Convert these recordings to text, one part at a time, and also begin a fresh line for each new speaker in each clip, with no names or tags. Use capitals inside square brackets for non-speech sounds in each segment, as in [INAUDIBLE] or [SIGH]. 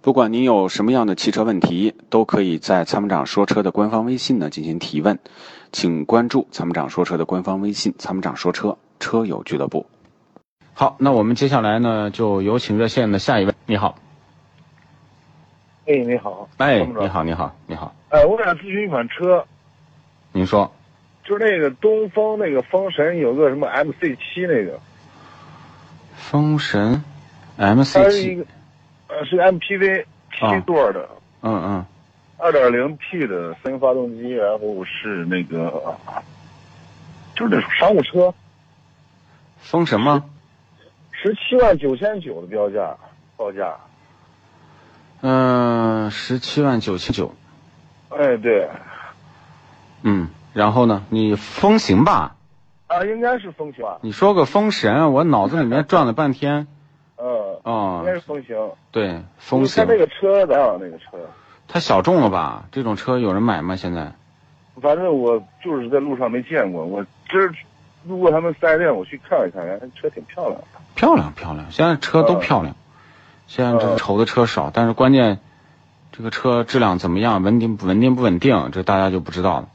不管您有什么样的汽车问题，都可以在参谋长说车的官方微信呢进行提问，请关注参谋长说车的官方微信“参谋长说车车友俱乐部”。好，那我们接下来呢就有请热线的下一位，你好，
哎，你好，
哎，
参
你
谋长
好，你好，你好，
哎，我想咨询一款车，
您说，
就是那个东风那个风神有个什么 MC 七那个，
风神，MC
它是一
七，
个，呃，是 MPV
啊
七座的，
嗯嗯，
二点零 T 的三发动机，然后是那个，就是那种商务车，
风什么？
十七万九千九的标价报价，
嗯，十七万九千九，
哎，对，
嗯，然后呢，你风行吧？
啊，应该是风行吧，
你说个风神，我脑子里面转了半天。
嗯，
哦
应该，是风行，
对，风
它
行，
那个车咋样？那个车，
它小众了吧？这种车有人买吗？现在？
反正我就是在路上没见过，我今儿路过他们四 S 店，我去看一看，哎，车挺漂亮的。
漂亮漂亮，现在车都漂亮。现在这
嗯
丑的车少，但是关键，这个车质量怎么样，稳定不稳定不稳定，这大家就不知道了。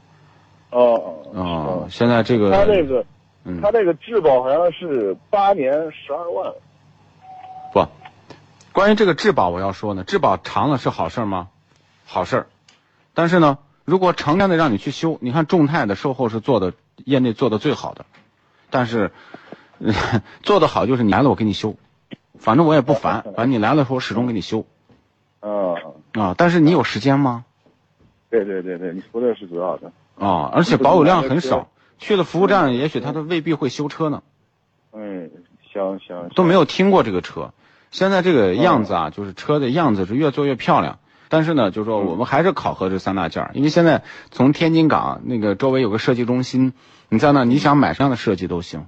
哦
哦，
哦，
现在这
他那
个
个
嗯
他那个质保好像是八年十二万，
不，关于这个质保，我要说呢，质保长了是好事儿吗？好事儿，但是呢，如果常年的让你去修，你看众泰的售后是做的业内做的最好的，但是、 [LAUGHS] 呃做的好就是你来了我给你修，反正我也不烦，反正你来了我始终给你修
嗯，
啊。但是你有时间吗？
对对对对，你说的是主要的，
啊，而且保有量很少，去了服务站也许他都未必会修车呢，
嗯，行行
都没
有，
有听过这个车。现在这个样
哦
子啊，就是车的样子是越做越漂亮。但是呢，就是
嗯
说我们还是考核这三大件儿，因为现在从天津港那个周围有个设计中心，你在那你想买什么样的设计都行。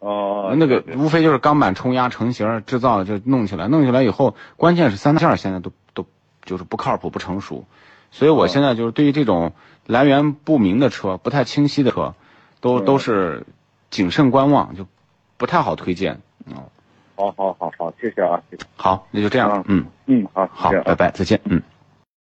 哦，
那个
对对
无非就是钢板冲压成型儿制造，就弄起来，弄起来以后，关键是三大件儿现在都都就是不靠谱、不成熟，所以我现在就是对于这种来源不明的车、不太清晰的车，都
嗯
都是谨慎观望，就不太好推荐。嗯，
好好好好，谢谢啊，谢谢，
好，那就这样
嗯，
嗯，
嗯，好，
好
谢谢，啊
拜拜，再见，嗯。